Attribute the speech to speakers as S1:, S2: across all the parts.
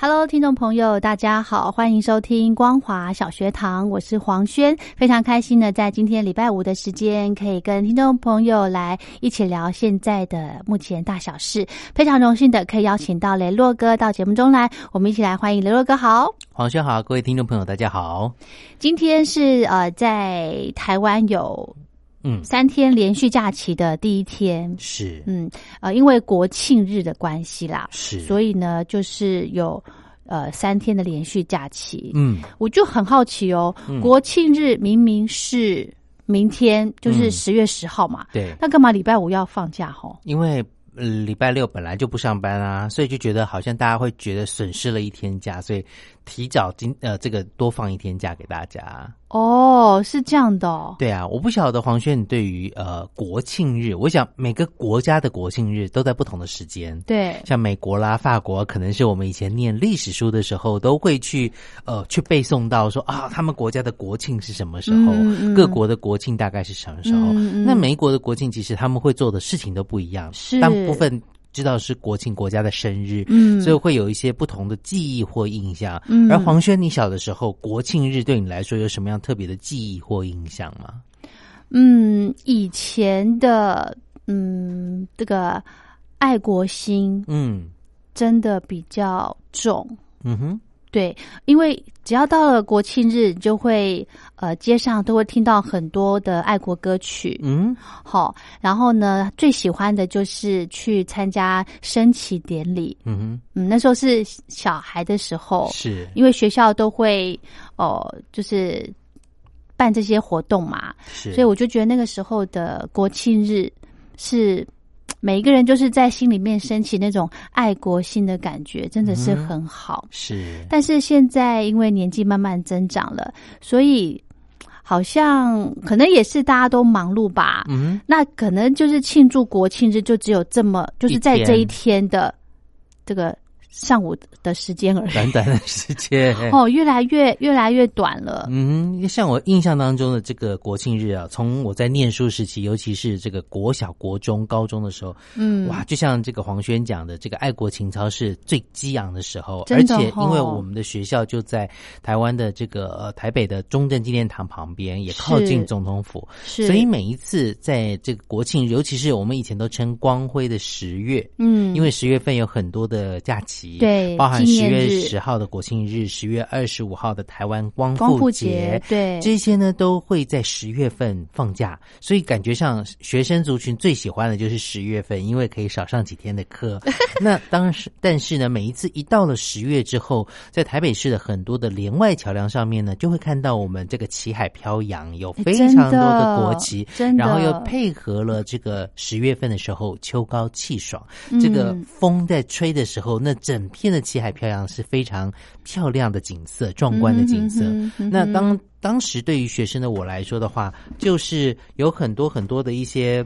S1: Hello，听众朋友，大家好，欢迎收听光华小学堂，我是黄轩，非常开心呢，在今天礼拜五的时间，可以跟听众朋友来一起聊现在的目前大小事，非常荣幸的可以邀请到雷洛哥到节目中来，我们一起来欢迎雷洛哥好。
S2: 黄轩好，各位听众朋友，大家好。
S1: 今天是呃，在台湾有
S2: 嗯，
S1: 三天连续假期的第一天，
S2: 是
S1: 嗯，呃，因为国庆日的关系啦，
S2: 是，
S1: 所
S2: 以
S1: 以呢，就是有呃三天的连续假期。
S2: 嗯
S1: 我就很好奇哦，国庆日明明是明天，就是
S2: 嗯
S1: 十月十号嘛，
S2: 对，
S1: 那干嘛礼拜五要放假吼？
S2: 因为呃礼拜六本来就不上班啊，所以就觉得好像大家会觉得损失了一天假，所以提早今呃这个多放一天假给大家。
S1: 哦，是这样的哦。
S2: 对啊，我不晓得黄轩你对于呃国庆日，我想每个国家的国庆日都在不同的时间。
S1: 对，
S2: 像美国啦、法国，可能是我们以前念历史书的时候，都会去呃去背诵到说啊，他们国家的国庆是什么时候，
S1: 嗯嗯
S2: 各国的国庆大概是什么时候。
S1: 嗯嗯
S2: 那每一国的国庆，其实他们会做的事情都不一样，
S1: 是
S2: 大部分知道是国庆国家的生日，
S1: 嗯
S2: 所以会有一些不同的记忆或印象。
S1: 嗯
S2: 而黄轩，你小的时候国庆日对你来说有什么样特别的记忆或印象吗？
S1: 嗯，以前的嗯这个爱国心
S2: 嗯
S1: 真的比较重。
S2: 嗯哼，
S1: 对，因为只要到了国庆日，你就会呃街上都会听到很多的爱国歌曲，
S2: 嗯
S1: 好、然后呢，最喜欢的就是去参加升旗典礼。
S2: 嗯
S1: 嗯，那时候是小孩的时候
S2: 哼，，是
S1: 因为学校都会哦、呃就是办这些活动嘛，
S2: 是，
S1: 所以我就觉得那个时候的国庆日是。每一个人就是在心里面升起那种爱国心的感觉，真的是
S2: 嗯
S1: 很好。
S2: 是
S1: 但是现在因为年纪慢慢增长了，所以好像可能也是大家都忙碌吧。
S2: 嗯哼。
S1: 那可能就是庆祝国庆日，就只有这么，就是在这一天的这个上午的时间而已。
S2: 短短的时间。
S1: 哦，越来越越来越短了。
S2: 嗯，像我印象当中的这个国庆日啊，从我在念书时期，尤其是这个国小、国中、高中的时候，
S1: 嗯，
S2: 哇，就像这个黄轩讲的，这个爱国情操是最激昂的时候，
S1: 真的
S2: 而且
S1: 哦
S2: 因为我们的学校就在台湾的这个呃台北的中正纪念堂旁边，也靠近
S1: 是
S2: 总统府，
S1: 是，
S2: 所以每一次在这个国庆，尤其是我们以前都称光辉的十月，
S1: 嗯，
S2: 因为十月份有很多的假期，
S1: 对
S2: 包含
S1: 纪
S2: 十
S1: 念
S2: 月
S1: 日
S2: 十号的国庆日，十月二十五号的台湾光
S1: 光复
S2: 复
S1: 节
S2: 节，
S1: 对
S2: 这些呢都会在十月份放假，所以感觉上学生族群最喜欢的就是十月份，因为可以少上几天 的课。那当时，但是呢，每一次一到了十月之后，在台北市的很多的连外桥梁上面呢，就会看到我们这个旗海飘扬，有非
S1: 哎真
S2: 常多
S1: 的
S2: 的国旗，
S1: 真的
S2: 然后又配合了这个十月份的时候秋高气爽，
S1: 嗯
S2: 这个风在吹的时候，那整片的旗海飘扬是非常漂亮的景色，壮观的景色。
S1: 嗯哼嗯哼
S2: 那当当时对于学生的我来说的话，就是有很多很多的一些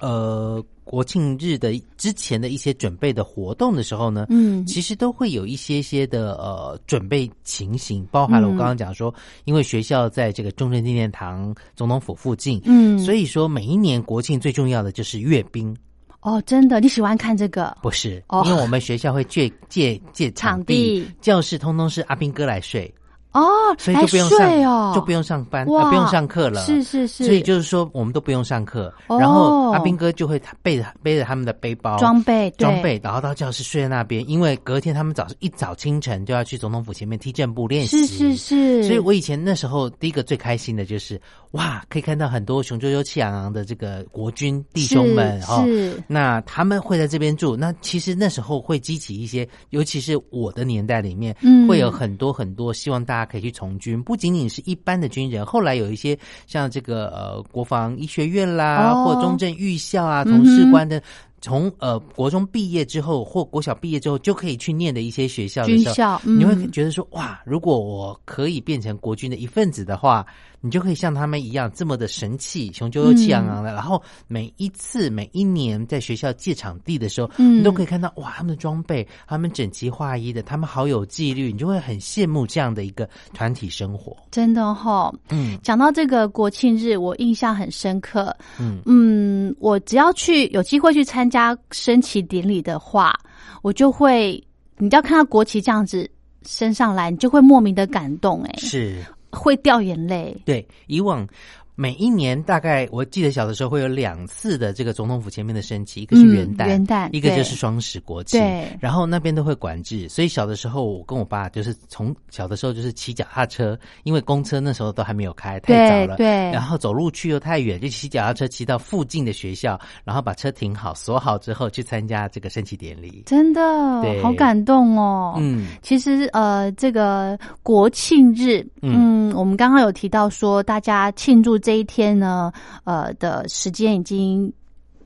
S2: 呃国庆日的之前的一些准备的活动的时候呢，
S1: 嗯
S2: 其实都会有一些些的呃准备情形，包含了我
S1: 嗯
S2: 刚刚讲说，因为学校在这个中正纪念堂总统府附近，
S1: 嗯，
S2: 所
S1: 以
S2: 以说每一年国庆最重要的就是阅兵。
S1: 哦，真的你喜欢看这个
S2: 不是，
S1: 哦
S2: 因为我们学校会借借借场
S1: 场地
S2: 教室通通是阿兵哥来睡，
S1: 哦，
S2: 所以
S1: 来
S2: 就不用上
S1: 睡哦，
S2: 就不用上班，
S1: 哇
S2: 呃，不用上课了。
S1: 是是是，
S2: 所以就是说，我们都不用上课，
S1: 哦
S2: 然后阿兵哥就会背着背着他们的背包
S1: 装备对
S2: 装备，然后到教室睡在那边，因为隔天他们早一早清晨就要去总统府前面踢正步练习。
S1: 是是是，
S2: 所以我以前那时候第一个最开心的就是哇，可以看到很多雄赳赳气昂昂的这个国军弟兄们哦哈、
S1: 是
S2: 那他们会在这边住，那其实那时候会激起一些，尤其是我的年代里面，
S1: 嗯
S2: 会有很多很多希望大家可以去从军，不仅仅是一般的军人，后来有一些像这个呃国防医学院啦，
S1: 哦
S2: 或中正预校啊，
S1: 嗯哼
S2: 从士官的。从呃国中毕业之后，或国小毕业之后，就可以去念的一些学校的
S1: 军
S2: 时候，
S1: 校，
S2: 你会
S1: 嗯
S2: 觉得说哇，如果我可以变成国军的一份子的话，你就可以像他们一样这么的神气、雄赳赳气昂
S1: 嗯
S2: 昂的。然后每一次、每一年在学校借场地的时候，
S1: 嗯
S2: 你都可以看到哇，他们的装备，他们整齐划一的，他们好有纪律，你就会很羡慕这样的一个团体生活。
S1: 真的哦哈、
S2: 嗯
S1: 讲到这个国庆日，我印象很深刻。
S2: 嗯
S1: 嗯，我只要去有机会去参加升旗典礼的话，我就会，你只要看到国旗这样子升上来，你就会莫名的感动、哎，
S2: 是
S1: 会掉眼泪。
S2: 对以往。每一年大概，我记得小的时候会有两次的这个总统府前面的升旗，一个是
S1: 嗯
S2: 元旦，
S1: 元旦
S2: 一个
S1: 对
S2: 就是双十国庆。
S1: 对，
S2: 然后那边都会管制，所以小的时候我跟我爸就是从小的时候就是骑脚踏车，因为公车那时候都还没有开，太
S1: 对
S2: 早了。
S1: 对
S2: 然，后走路去又太远，就骑脚踏车骑到附近的学校，然后把车停好锁好之后去参加这个升旗典礼。
S1: 真的
S2: 对
S1: 好感动哦。
S2: 嗯，
S1: 其实呃，这个国庆日，嗯，我们刚刚有提到说，大家庆祝这一天呢，呃的时间已经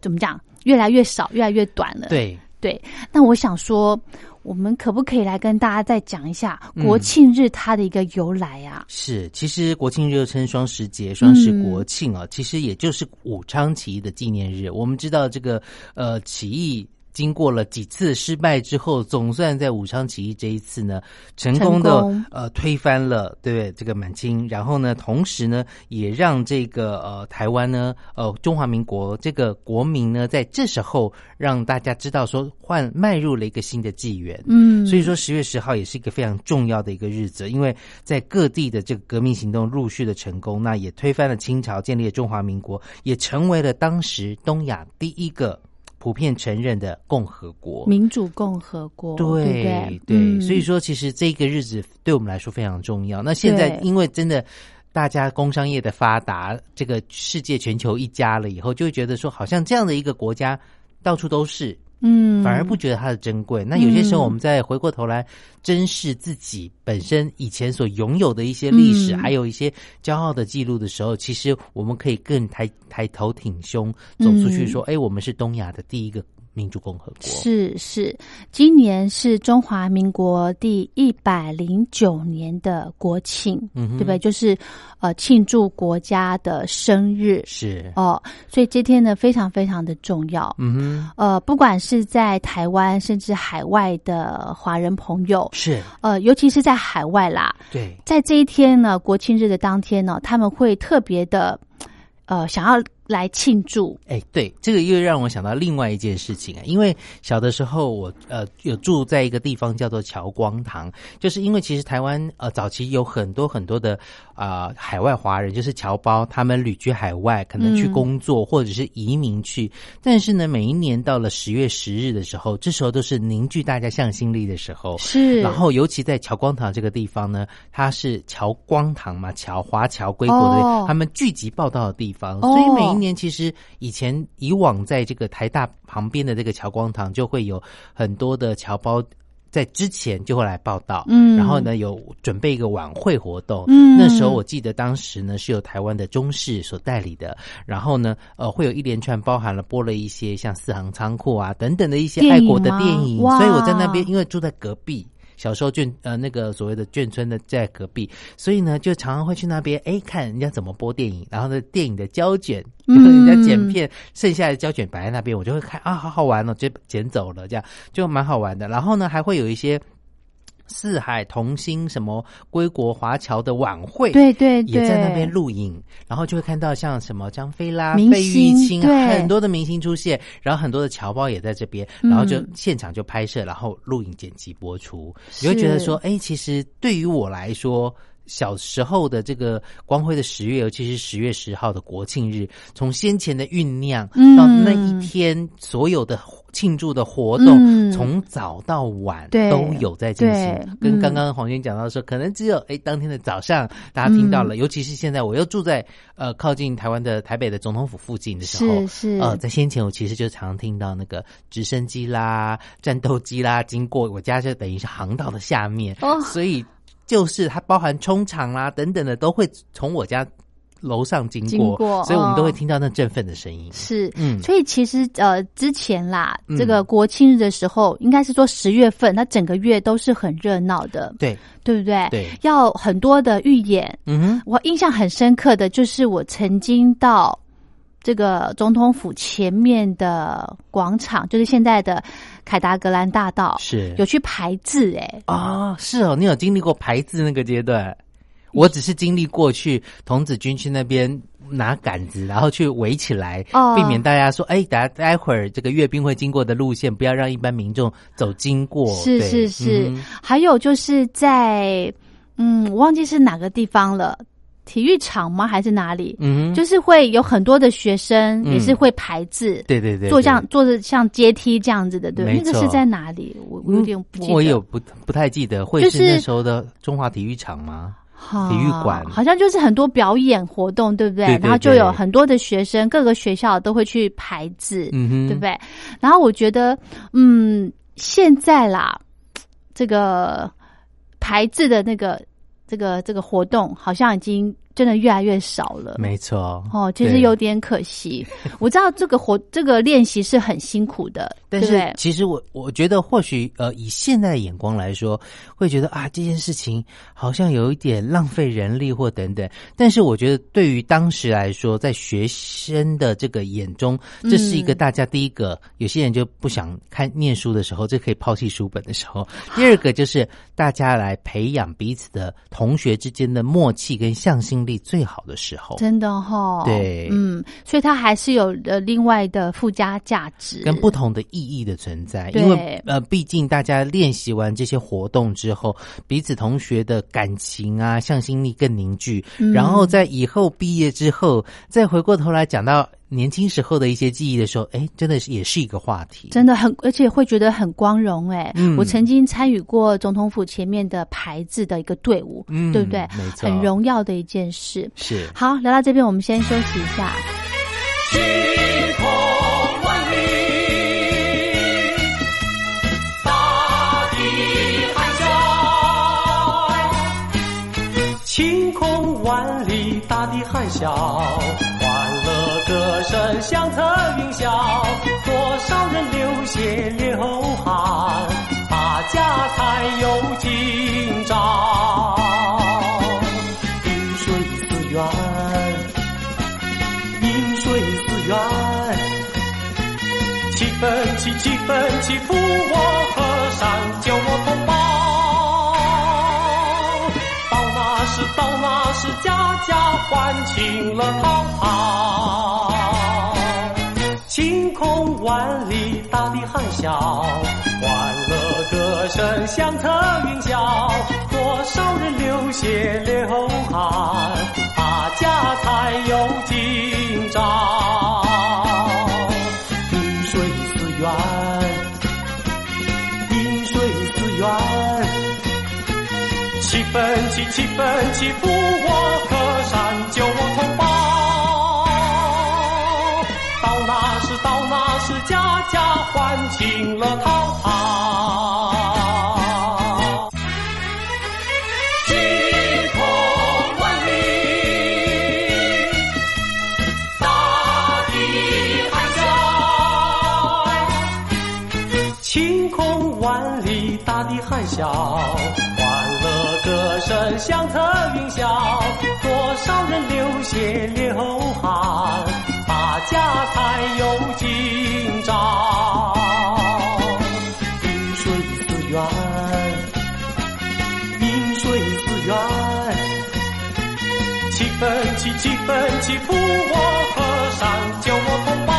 S1: 怎么讲，越来越少，越来越短了。
S2: 对，
S1: 对，那我想说，我们可不可以来跟大家再讲一下
S2: 嗯
S1: 国庆日它的一个由来啊？
S2: 是。其实国庆日又称双十节、双十国庆
S1: 嗯
S2: 啊、其实也就是武昌起义的纪念日。我们知道这个呃起义。经过了几次失败之后，总算在武昌起义这一次呢，成功的
S1: 成功
S2: 呃推翻了对不对这个满清，然后呢，同时呢也让这个呃台湾呢呃中华民国这个国民呢，在这时候让大家知道说换迈入了一个新的纪元，
S1: 嗯，
S2: 所以说十月十号也是一个非常重要的一个日子，因为在各地的这个革命行动陆续的成功，那也推翻了清朝，建立了中华民国，也成为了当时东亚第一个普遍承认的共和国。
S1: 民主共和国，对不
S2: 对
S1: 对？嗯
S2: 所以说其实这个日子对我们来说非常重要。那现在
S1: 对
S2: 因为真的。大家工商业的发达，这个世界全球一家了以后，就会觉得说，好像这样的一个国家到处都是，
S1: 嗯，
S2: 反而不觉得它的珍贵。那有些时候，
S1: 嗯
S2: 我们再回过头来珍视自己本身以前所拥有的一些历史，
S1: 嗯
S2: 还有一些骄傲的记录的时候，其实我们可以更抬抬头挺胸，走出去
S1: 嗯
S2: 说：“哎、我们是东亚的第一个民主共和国。”
S1: 是是，今年是中华民国第一百零九年的国庆，
S2: 嗯
S1: 对
S2: 哼
S1: 不对？就是呃庆祝国家的生日
S2: 是，
S1: 哦，所以这天呢非常非常的重要。
S2: 嗯哼，
S1: 呃，不管是在台湾甚至海外的华人朋友，
S2: 是
S1: 呃，尤其是在海外啦，
S2: 对，
S1: 在这一天呢，国庆日的当天呢，他们会特别的呃想要来庆祝，
S2: 哎，对，这个又让我想到另外一件事情啊，因为小的时候我呃有住在一个地方叫做侨光堂，就是因为其实台湾呃早期有很多很多的啊、呃海外华人，就是侨胞，他们旅居海外，可能去
S1: 嗯
S2: 工作、或者是移民去，但是呢，每一年到了十月十日的时候，这时候都是凝聚大家向心力的时候，
S1: 是，
S2: 然后，尤其在侨光堂这个地方呢，它是侨光堂嘛，侨华侨归国的、
S1: 哦
S2: 他们聚集报道的地方，
S1: 哦
S2: 所以每一年其实以前以往在这个台大旁边的这个侨光堂就会有很多的侨胞。在之前就会来报道，
S1: 嗯
S2: 然后呢有准备一个晚会活动，
S1: 嗯
S2: 那时候我记得当时呢是由台湾的中视所代理的，然后呢呃会有一连串包含了播了一些像四行仓库啊等等的一些爱国的电
S1: 电
S2: 影，
S1: 影吗哇
S2: 所以我在那边因为住在隔壁。小时候眷呃那个所谓的眷村的在隔壁，所以呢就常常会去那边哎看人家怎么播电影，然后呢电影的胶卷，
S1: 嗯
S2: 人家剪片，剩下的胶卷摆在那边，我就会看啊好好玩哦，就捡走了，这样就蛮好玩的。然后呢还会有一些四海同心什么归国华侨的晚会，
S1: 对对对，
S2: 也在那边录影，然后就会看到像什么张飞啦、
S1: 明
S2: 费玉
S1: 星
S2: 清
S1: 对
S2: 很多的明星出现，然后很多的侨胞也在这边，
S1: 嗯
S2: 然后就现场就拍摄，然后录影剪辑播出，你会觉得
S1: 是
S2: 说，哎，其实对于我来说。小时候的这个光辉的十月，尤其是十月十号的国庆日，从先前的酝酿
S1: 嗯
S2: 到那一天所有的庆祝的活动，
S1: 嗯
S2: 从早到晚
S1: 对
S2: 都有在进
S1: 对
S2: 行。
S1: 嗯
S2: 跟刚刚黄轩讲到说，可能只有哎当天的早上大家听到
S1: 嗯
S2: 了，尤其是现在我又住在呃靠近台湾的台北的总统府附近的时候，
S1: 是是，
S2: 呃，在先前我其实就常听到那个直升机啦、战斗机啦经过我家，就等于是航道的下面，
S1: 哦
S2: 所以就是它包含冲场啦等等的，都会从我家楼上经过，
S1: 经过
S2: 所以我们都会
S1: 哦
S2: 听到那振奋的声音。
S1: 是，
S2: 嗯
S1: 所以其实呃，之前啦，
S2: 嗯
S1: 这个国庆日的时候，应该是说十月份，它整个月都是很热闹的，
S2: 对
S1: 对不对？
S2: 对，
S1: 要很多的预演。
S2: 嗯哼，
S1: 我印象很深刻的就是我曾经到这个总统府前面的广场，就是现在的凯达格兰大道，
S2: 是
S1: 有去排字哎、
S2: 啊、是哦，你有经历过排字那个阶段。我只是经历过去童子军去那边拿杆子，然后去围起来，
S1: 哦
S2: 避免大家说，哎，大家待会儿这个阅兵会经过的路线，不要让一般民众走经过。
S1: 是
S2: 对
S1: 是是，
S2: 嗯
S1: 还有就是在嗯，我忘记是哪个地方了，体育场吗？还是哪里？
S2: 嗯哼，
S1: 就是会有很多的学生
S2: 嗯
S1: 也是会排字，
S2: 对对对，
S1: 坐
S2: 对
S1: 像坐着像阶梯这样子的，对不对，
S2: 没
S1: 那
S2: 错嗯
S1: 个是在哪里？我我有点不记得，
S2: 我有不不太记得，会
S1: 就是是
S2: 那时候的中华体育场吗？
S1: 哈
S2: 体育馆
S1: 好像就是很多表演活动，对不对？
S2: 对对
S1: 然后就
S2: 对
S1: 有很多的学生，各个学校都会去排字，
S2: 嗯哼，
S1: 对不对？然后我觉得，嗯，现在啦，这个排字的那个这个这个活动，好像已经真的越来越少了。
S2: 没错。
S1: 哦，其实
S2: 对
S1: 有点可惜。 我知道这个活这个练习是很辛苦的，对
S2: 但
S1: 不
S2: 是
S1: 对？
S2: 其实我我觉得或许呃以现在的眼光来说，会觉得啊这件事情好像有一点浪费人力或等等。但是我觉得对于当时来说，在学生的这个眼中，这是一个
S1: 嗯
S2: 大家第一个，有些人就不想看念书的时候，这可以抛弃书本的时候；第二个就是大家来培养彼此的同学之间的默契跟向心力最好的时候。
S1: 真的哈、
S2: 对
S1: 嗯，所以它还是有呃另外的附加价值，
S2: 跟不同的意义的存在，
S1: 对
S2: 因为呃，毕竟大家练习完这些活动之后，彼此同学的感情啊、向心力更凝聚，
S1: 嗯
S2: 然后在以后毕业之后，再回过头来讲到年轻时候的一些记忆的时候，哎，真的是也是一个话题，
S1: 真的很，而且会觉得很光荣哎、
S2: 嗯
S1: 我曾经参与过总统府前面的牌子的一个队伍，
S2: 嗯
S1: 对不对？
S2: 没错
S1: 很荣耀的一件事。
S2: 是
S1: 好，聊到这边，我们先休息一下。
S3: 星空万里，大地含笑。晴空万里，大地含笑，欢乐歌声响彻云霄。多少人流血流汗，大家才有今朝。饮水思源，饮水思源，七分七七分七，扶我和尚救我同胞。到那时，到那时，家家欢庆乐陶陶。晴空万里，大地含笑，欢乐歌声响彻云霄。多少人流血流汗，大家才有今朝。饮水思源，饮水思源。七分七，七分七，扶我和尚救我同胞。到那时，到那时，家家欢庆乐陶陶。晴空万里，大地含笑。晴空万里，大地含笑，欢乐歌声响彻云霄。多少人流血流汗，大家才有今朝。饮水思源，饮水思源。七分七，七分七，扶我和尚救我同胞。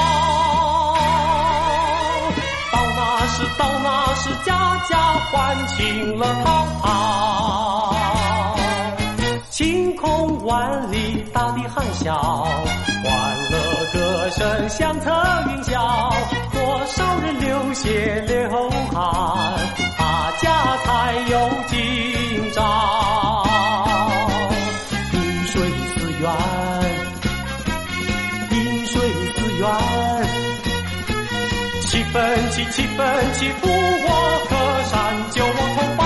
S3: 到那时，到那时，家家欢庆乐陶陶。晴空万里，大地含笑，欢乐歌声响彻云霄。多少人流血流汗，大家才有今朝。饮水思源，饮水思源。七分七，七分七，扶我河山，救我同胞。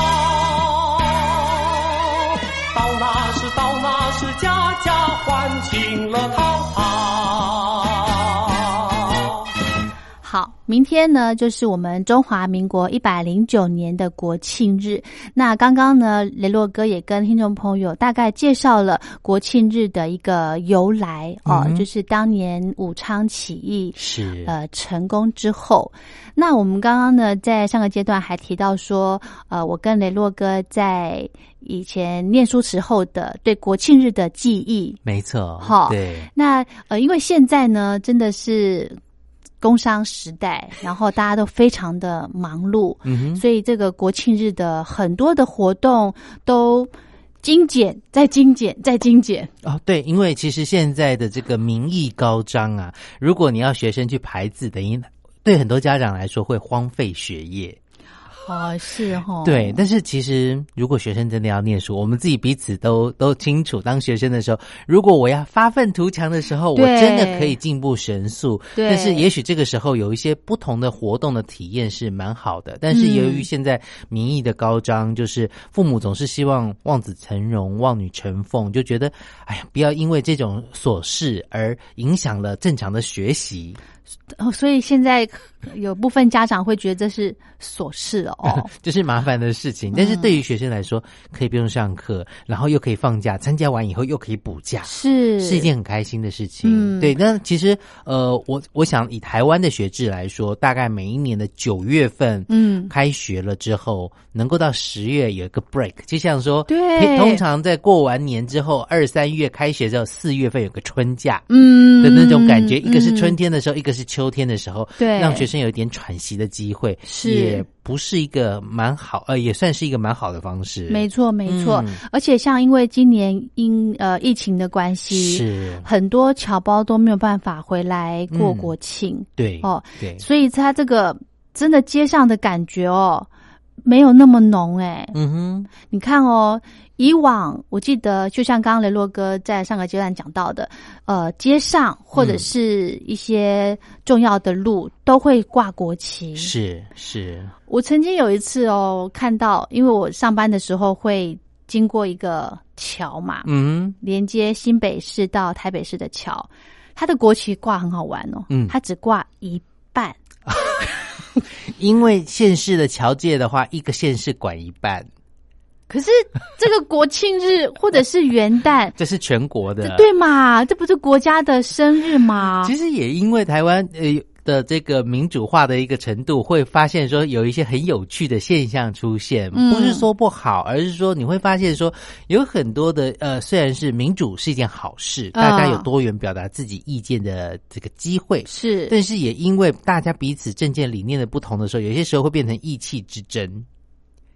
S3: 到那时，到那时，家家欢庆乐陶陶。
S1: 好，明天呢就是我们中华民国一百零九年的国庆日。那刚刚呢，雷洛哥也跟听众朋友大概介绍了国庆日的一个由来哦，
S2: 嗯哼
S1: 就是当年武昌起义
S2: 是
S1: 呃成功之后，那我们刚刚呢在上个阶段还提到说，呃，我跟雷洛哥在以前念书时候的对国庆日的记忆
S2: 没错，
S1: 好
S2: 对，
S1: 那呃，因为现在呢，真的是工商时代，然后大家都非常的忙碌，
S2: 嗯哼，
S1: 所以这个国庆日的很多的活动都精简，再精简，再精简。
S2: 哦，对，因为其实现在的这个民意高涨啊，如果你要学生去排字，等于对很多家长来说会荒废学业。
S1: 哦，是哦，
S2: 对，但是其实如果学生真的要念书，我们自己彼此都都清楚，当学生的时候，如果我要发愤图强的时候，我
S1: 对
S2: 真的可以进步神速。
S1: 对
S2: 但是也许这个时候有一些不同的活动的体验是蛮好的，但是由于现在民意的高涨，就是父母总是希望望子成龙、望女成凤，就觉得哎呀，不要因为这种琐事而影响了正常的学习。
S1: 哦，所以现在有部分家长会觉得这是琐事
S2: 。
S1: 哦
S2: 这是麻烦的事情，但是
S1: 嗯
S2: 对于学生来说，可以不用上课，然后又可以放假，参加完以后又可以补假，
S1: 是
S2: 是一件很开心的事情。
S1: 嗯
S2: 对，那其实呃，我我想以台湾的学制来说，大概每一年的九月份，
S1: 嗯
S2: 开学了之后，能够到十月有一个 break，就像说，
S1: 对
S2: 平通常在过完年之后，二三月开学之后，四月份有个春假。
S1: 嗯
S2: 的那种感觉，一个是
S1: 嗯
S2: 春天的时候，一个是秋天的时候，
S1: 对
S2: 让学生有一点喘息的机会，
S1: 是
S2: 也不是一个蛮好，呃，也算是一个蛮好的方式，
S1: 没错，没错，
S2: 嗯
S1: 而且像因为今年因呃疫情的关系，
S2: 是，
S1: 很多侨胞都没有办法回来过国庆，
S2: 对，
S1: 哦，
S2: 嗯对，
S1: 所以他这个真的街上的感觉哦，没有那么浓哎、
S2: 嗯哼，
S1: 你看哦，以往我记得，就像刚刚雷洛哥在上个阶段讲到的，呃，街上或者
S2: 嗯
S1: 是一些重要的路、都会挂国旗。
S2: 是是，
S1: 我曾经有一次哦，看到，因为我上班的时候会经过一个桥嘛，
S2: 嗯
S1: 连接新北市到台北市的桥，它的国旗挂很好玩哦，
S2: 嗯
S1: 它只挂一半，
S2: 哼，因为县市的侨界的话，一个县市管一半，
S1: 可是这个国庆日或者是元 旦，
S2: 这是全国的
S1: 这，对嘛？这不是国家的生日吗？
S2: 啊其实也因为台湾呃的这个民主化的一个程度，会发现说有一些很有趣的现象出现，
S1: 嗯
S2: 不是说不好，而是说你会发现说有很多的呃，虽然是民主是一件好事，
S1: 嗯
S2: 大家有多元表达自己意见的这个机会。
S1: 是
S2: 但是也因为大家彼此政见理念的不同的时候，有些时候会变成意气之争。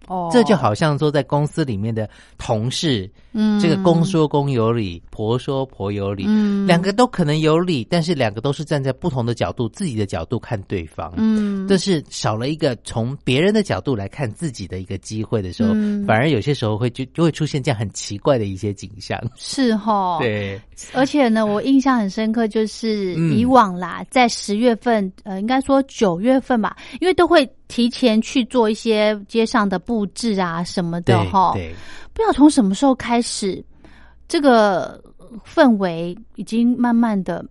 S1: 哦
S2: 这就好像说在公司里面的同事，
S1: 嗯
S2: 这个公说公有理，婆说婆有理，
S1: 嗯
S2: 两个都可能有理，但是两个都是站在不同的角度、自己的角度看对方。
S1: 嗯，
S2: 但是少了一个从别人的角度来看自己的一个机会的时候，
S1: 嗯
S2: 反而有些时候会就就会出现这样很奇怪的一些景象。
S1: 是哈，。
S2: 对，
S1: 而且呢，我印象很深刻，就是
S2: 嗯
S1: 以往啦，在十月份，呃，应该说九月份吧，因为都会提前去做一些街上的布置啊什么
S2: 对
S1: 的哈。，
S2: 对，
S1: 不知道从什么时候开始，这个氛围已经慢慢的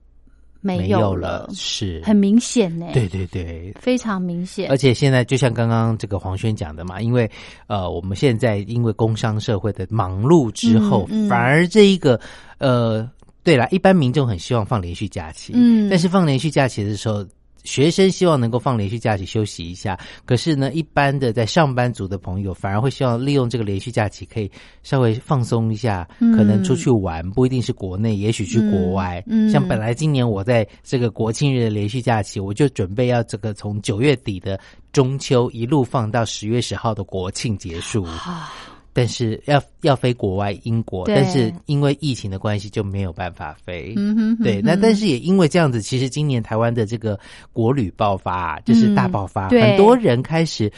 S1: 没有
S2: 了，是，
S1: 很明显呢、
S2: 对，对对，
S1: 非常明显
S2: 而。且现在就像刚刚这个黄轩讲的嘛，因为呃，我们现在因为工商社会的忙碌之后，
S1: 嗯嗯
S2: 反而这一个呃，对啦，一般民众很希望放连续假期，
S1: 嗯
S2: 但是放连续假期的时候。学生希望能够放连续假期休息一下，可是呢，一般的在上班族的朋友反而会希望利用这个连续假期可以稍微放松一下，
S1: 嗯
S2: 可能出去玩，不一定是国内，也许去国外。
S1: 嗯嗯
S2: 像本来今年我在这个国庆日的连续假期，我就准备要这个从九月底的中秋一路放到十月十号的国庆结束。
S1: 啊，
S2: 但是要要飞国外英国，
S1: 对
S2: 但是因为疫情的关系就没有办法飞。
S1: 嗯哼哼
S2: 对，那但是也因为这样子，其实今年台湾的这个国旅爆发，就是大爆发，
S1: 嗯对
S2: 很多人开始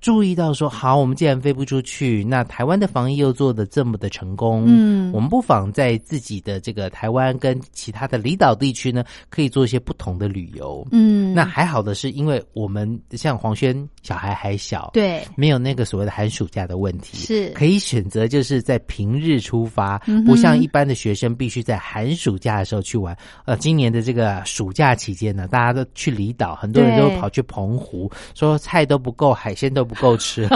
S2: 注意到说，好，我们既然飞不出去，那台湾的防疫又做的这么的成功，
S1: 嗯
S2: 我们不妨在自己的这个台湾跟其他的离岛地区呢，可以做一些不同的旅游。
S1: 嗯，
S2: 那还好的是，因为我们像黄轩小孩还小，，
S1: 对
S2: 没有那个所谓的寒暑假的问题，
S1: 是
S2: 可以选择就是在平日出发，
S1: 嗯哼
S2: 不像一般的学生必须在寒暑假的时候去玩。呃，今年的这个暑假期间呢，大家都去离岛，很多人
S1: 对
S2: 都跑去澎湖，说菜都不够，海鲜都不 够吃。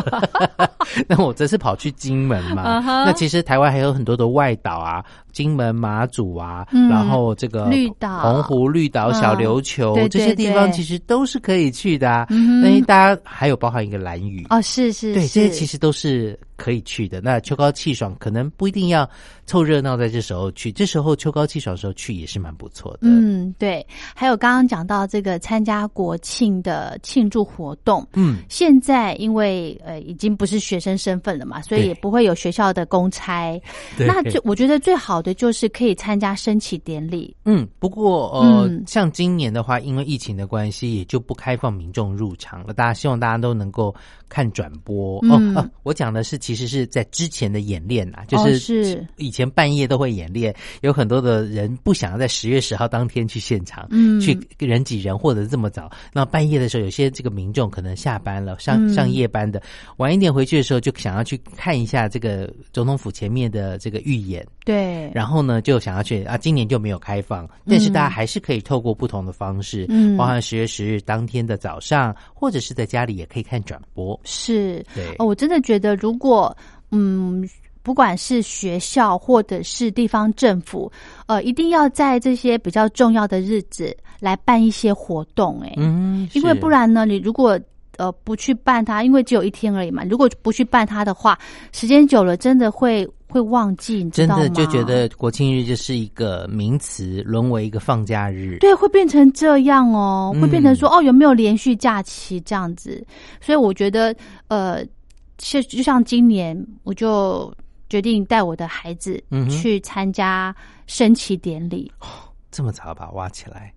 S2: 那我这次跑去金门嘛
S1: 嗯哼
S2: 那其实台湾还有很多的外岛啊，金门、马祖啊，
S1: 嗯
S2: 然后这个
S1: 绿岛
S2: 澎湖、绿岛、
S1: 嗯
S2: 小琉球、
S1: 对对
S2: 这些地
S1: 对
S2: 方，其实都是可以去的、啊。
S1: 嗯哼
S2: 那大家还有包含一个蓝屿
S1: 哦，是是
S2: 对，这
S1: 是，
S2: 些其实都是可以去的。那秋高气爽，可能不一定要凑热闹，在这时候去，这时候秋高气爽的时候去也是蛮不错的。，
S1: 嗯对，还有刚刚讲到这个参加国庆的庆祝活动，
S2: 嗯，
S1: 现在因为呃已经不是学生身份了嘛，所以
S2: 对
S1: 也不会有学校的公差。
S2: 对
S1: 那最我觉得最好的就是可以参加升旗典礼。
S2: 嗯，不过呃，
S1: 嗯
S2: 像今年的话，因为疫情的关系，也就不开放民众入场了。大家希望大家都能够看转播、
S1: 嗯
S2: 哦、啊。我讲的是，其实是在之前的演练啊，就
S1: 哦
S2: 是
S1: 是
S2: 以前半夜都会演练，有很多的人不想要在十月十号当天去现场，
S1: 嗯
S2: 去人挤人或者这么早。那半夜的时候，有些这个民众可能下班了，上、
S1: 嗯
S2: 上夜班的，晚一点回去的时候，就想要去看一下这个总统府前面的这个预演。
S1: 对，
S2: 然后呢，就想要去啊，今年就没有开放，但是大家还是可以透过不同的方式，
S1: 嗯
S2: 包含十月十日当天的早上，或者是在家里也可以看转播。
S1: 是
S2: 对，
S1: 哦，我真的觉得如果嗯。不管是学校或者是地方政府，呃，一定要在这些比较重要的日子来办一些活动、哎、
S2: 嗯，
S1: 因为
S2: 是
S1: 不然呢，你如果呃不去办它，因为只有一天而已嘛，如果不去办它的话，时间久了真的会会忘记，你知
S2: 真
S1: 道吗？
S2: 的就觉得国庆日就是一个名词，沦为一个放假日。
S1: 对，会变成这样哦，会变成
S2: 嗯
S1: 说、哦，有没有连续假期这样子？所以我觉得，呃，是就像今年，我就决定带我的孩子
S2: 嗯哼
S1: 去参加升旗典礼。
S2: 这么早把它挖起来，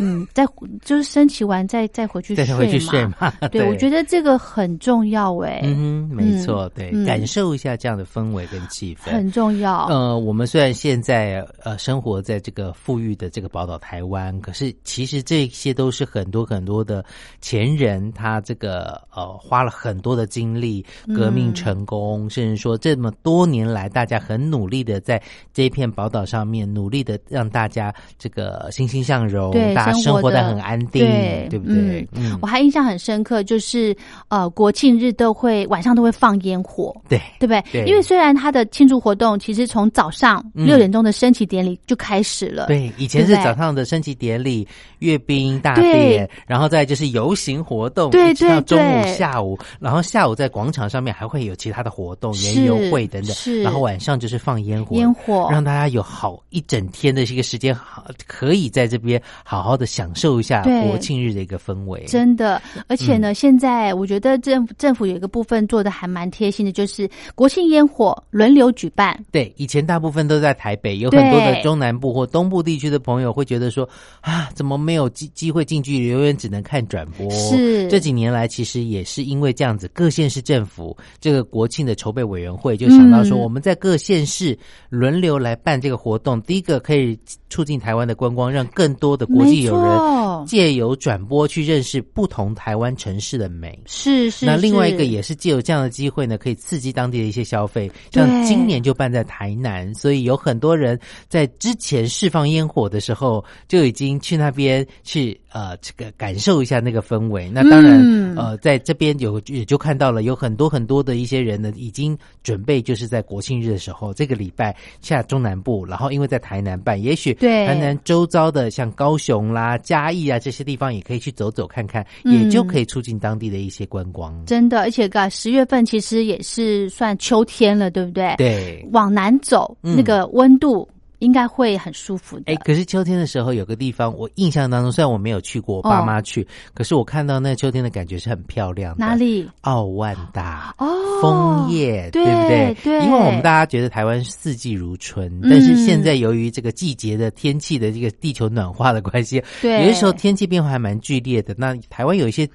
S1: 嗯，再就是升旗完再再回去
S2: 带
S1: 睡
S2: 他
S1: 嘛。
S2: 回去睡嘛。
S1: 对，我觉
S2: 得，
S1: 得这个很重要诶、
S2: 嗯哼，没错，对，
S1: 嗯
S2: 感受一下这样的氛围跟气氛。
S1: 很重要。
S2: 呃，我们虽然现在呃生活在这个富裕的这个宝岛台湾，可是其实这些都是很多很多的前人他这个呃花了很多的精力，
S1: 嗯
S2: 革命成功，甚至说这么多年来大家很努力的在这片宝岛上面努力的让大家这个欣欣向荣，
S1: 对
S2: 大家
S1: 生
S2: 生
S1: 活
S2: 活
S1: 得
S2: 的很安定，
S1: 对
S2: 不对？嗯
S1: 我还印象很深刻，就是呃，国庆日都会晚上都会放烟火，
S2: 对。
S1: 对不对？
S2: 对
S1: 因为虽然它的庆祝活动其实从早上
S2: 嗯
S1: 六点钟的升旗典礼就开始了，
S2: 对，以前
S1: 对
S2: 是
S1: 不对
S2: 早上的升旗典礼、阅兵大
S1: 对
S2: 典，然后再就是游行活动，
S1: 对
S2: 一直到
S1: 对
S2: 中午、
S1: 对
S2: 下午，然后下午在广场上面还会有其他的活动，
S1: 是
S2: 园游会等等
S1: 是，
S2: 然后晚上就是放烟火，
S1: 烟火
S2: 让大家有好一整天的一个时间，好可以在这边好好的享受一下
S1: 对
S2: 国庆日的一个氛围。
S1: 真的。而且
S2: 嗯
S1: 呢，现在我觉得政府政府有一个部分做的还蛮贴心的，就是国庆烟火轮流举办，
S2: 对，以前大部分都在台北，有
S1: 对
S2: 很多的中南部或东部地区的朋友会觉得说啊，怎么没有机机会近距离，永远只能看转播。
S1: 是
S2: 哦这几年来，其实也是因为这样子，各县市政府这个国庆的筹备委员会就想到说，
S1: 嗯
S2: 我们在各县市轮流来办这个活动，第一个可以促进台湾的观光，让更多的国际友
S1: 没
S2: 人
S1: 错
S2: 借由转播去认识不同台湾城市的美。
S1: 是是。
S2: 那另外一
S1: 是
S2: 个也是借有这样的机会呢，可以刺激当地的一些消费。像今年就办在台南，所以有很多人在之前释放烟火的时候就已经去那边去呃这个感受一下那个氛围。那当然，
S1: 嗯
S2: 呃，在这边有也就看到了有很多很多的一些人呢，已经准备就是在国庆日的时候，这个礼拜下中南部，然后因为在台南办，也许
S1: 对
S2: 台南周遭的像高雄啦、嘉义啊这些地方也可以去走走看看，也就
S1: 嗯
S2: 可以促进当地的一些观光。
S1: 真的，而且个十月份其实也是算秋天了，对不对？。
S2: 对，
S1: 往南走，
S2: 嗯
S1: 那个温度应该会很舒服的。
S2: 哎，可是秋天的时候有个地方，我印象当中虽然我没有去过，我爸
S1: 哦
S2: 妈去，可是我看到那秋天的感觉是很漂亮的。
S1: 哪？里？
S2: 奥万大
S1: 哦
S2: 枫叶，
S1: 对
S2: 不对？
S1: 对嗯
S2: 因为我们大家觉得台湾四季如春，但是现在由于这个季节的天气的这个地球暖化的关系，
S1: 对
S2: 有的时候天气变化还蛮剧烈的。那台湾有一些。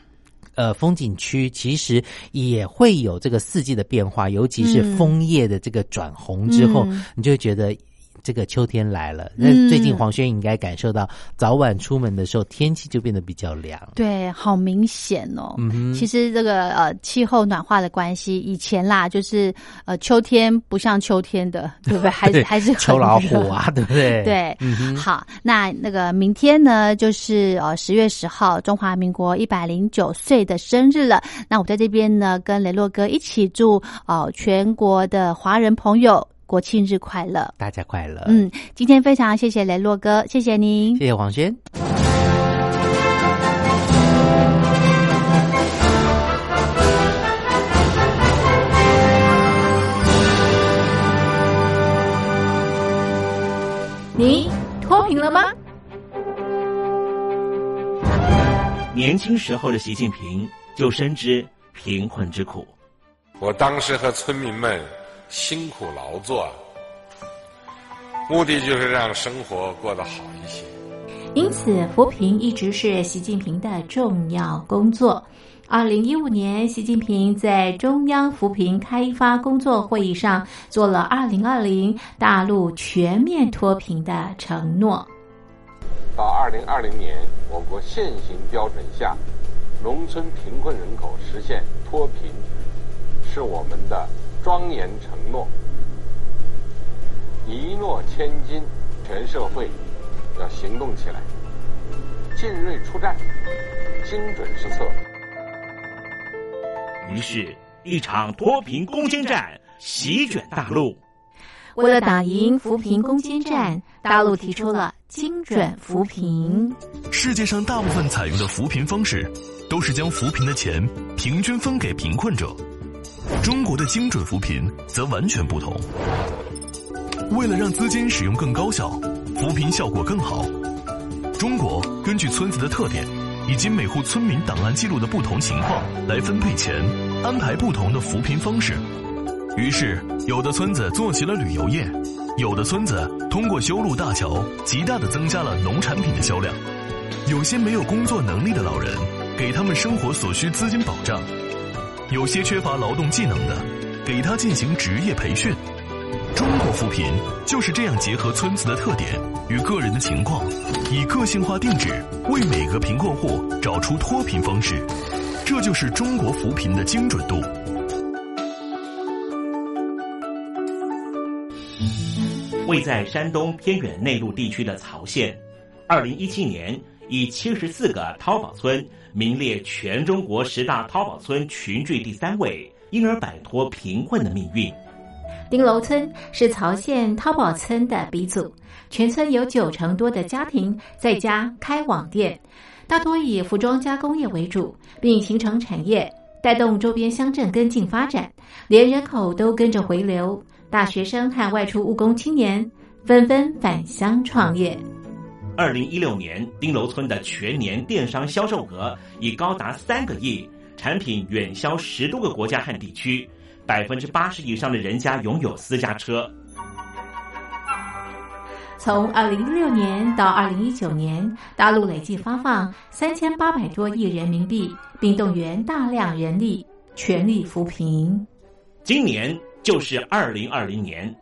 S2: 呃，风景区其实也会有这个四季的变化，尤其是
S1: 嗯
S2: 枫叶的这个转红之后，
S1: 嗯
S2: 你就会觉得这个秋天来了。那
S1: 嗯
S2: 最近黄轩应该感受到，早晚出门的时候天气就变得比较凉。
S1: 对，好明显哦。
S2: 嗯哼
S1: 其实这个呃气候暖化的关系，以前啦，就是呃秋天不像秋天的，对 不对？还是
S2: 对
S1: 还是很
S2: 秋老虎
S1: 热
S2: 啊，对不对？
S1: 对，
S2: 嗯哼
S1: 好，那那个明天呢，就是呃十月十号，中华民国一百零九岁的生日了。那我在这边呢，跟雷洛哥一起祝呃全国的华人朋友国庆日快乐。
S2: 大家快乐。，
S1: 嗯，今天非常谢谢雷洛哥，谢谢您，
S2: 谢谢黄轩。
S4: 您脱贫了吗？
S5: 年轻时候的习近平就深知贫困之苦，
S6: 我当时和村民们辛苦劳作，啊目的就是让生活过得好一些。
S4: 因此，扶贫一直是习近平的重要工作。二零一五年，习近平在中央扶贫开发工作会议上做了二零二零大陆全面脱贫的承诺。
S7: 到二零二零年，我国现行标准下，农村贫困人口实现脱贫，是我们的庄严承诺。一诺千金，全社会要行动起来，进锐出战，精准施策。
S5: 于是，一场脱贫攻坚战席卷大陆。
S4: 为了打赢扶贫攻坚战，大陆提出了精准扶贫。
S8: 世界上大部分采用的扶贫方式，都是将扶贫的钱平均分给贫困者。中国的精准扶贫则完全不同。为了让资金使用更高效，扶贫效果更好，中国根据村子的特点以及每户村民档案记录的不同情况来分配钱，安排不同的扶贫方式。于是，有的村子做起了旅游业，有的村子通过修路大桥，极大的增加了农产品的销量。有些没有工作能力的老人，给他们生活所需资金保障；有些缺乏劳动技能的，给他进行职业培训。中国扶贫就是这样结合村子的特点与个人的情况，以个性化定制为每个贫困户找出脱贫方式，这就是中国扶贫的精准度。
S5: 位在山东偏远内陆地区的曹县，二零一七年以七十四个淘宝村名列全中国十大淘宝村群聚第三位，因而摆脱贫困的命运。
S4: 丁楼村是曹县淘宝村的鼻祖，全村有九成多的家庭在家开网店，大多以服装加工业为主，并形成产业，带动周边乡镇跟进发展，连人口都跟着回流，大学生和外出务工青年纷纷返乡创业。
S5: 二零一六年，丁楼村的全年电商销售额已高达三个亿，产品远销十多个国家和地区，百分之八十以上的人家拥有私家车。
S4: 从二零一六年到二零一九年，大陆累计发放三千八百多亿人民币，并动员大量人力，全力扶贫。
S5: 今年就是二零二零年，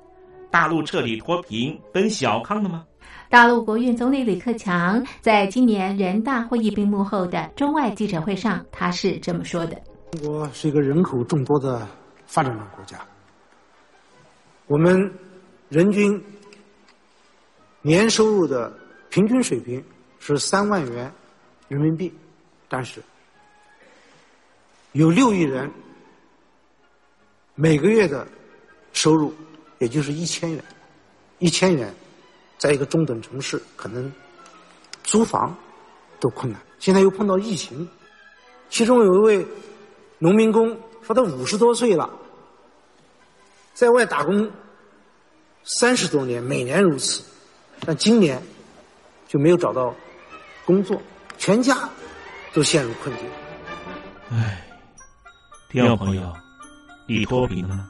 S5: 大陆彻底脱贫奔小康了吗？
S4: 大陆国务院总理李克强在今年人大会议闭幕后的中外记者会上，他是这么说的：
S9: 中国是一个人口众多的发展中国家，我们人均年收入的平均水平是三万元人民币，但是有六亿人每个月的收入也就是一千元，一千元在一个中等城市可能租房都困难，现在又碰到疫情。其中有一位农民工说他五十多岁了，在外打工三十多年，每年如此，
S3: 但今年就没有找到工作，全家都陷入困境。
S5: 唉，听众朋友，你脱贫了吗？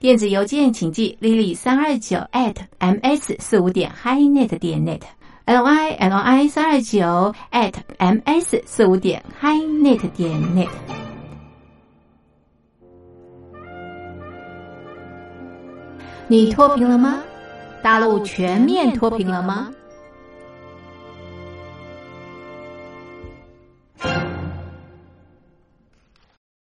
S1: 电子邮件请寄 lily 三二九 at ms 四五点 highnet 点 net l i l i 三二九 at ms 四五点 highnet 点 net。你脱贫了吗？大陆全面脱贫了吗？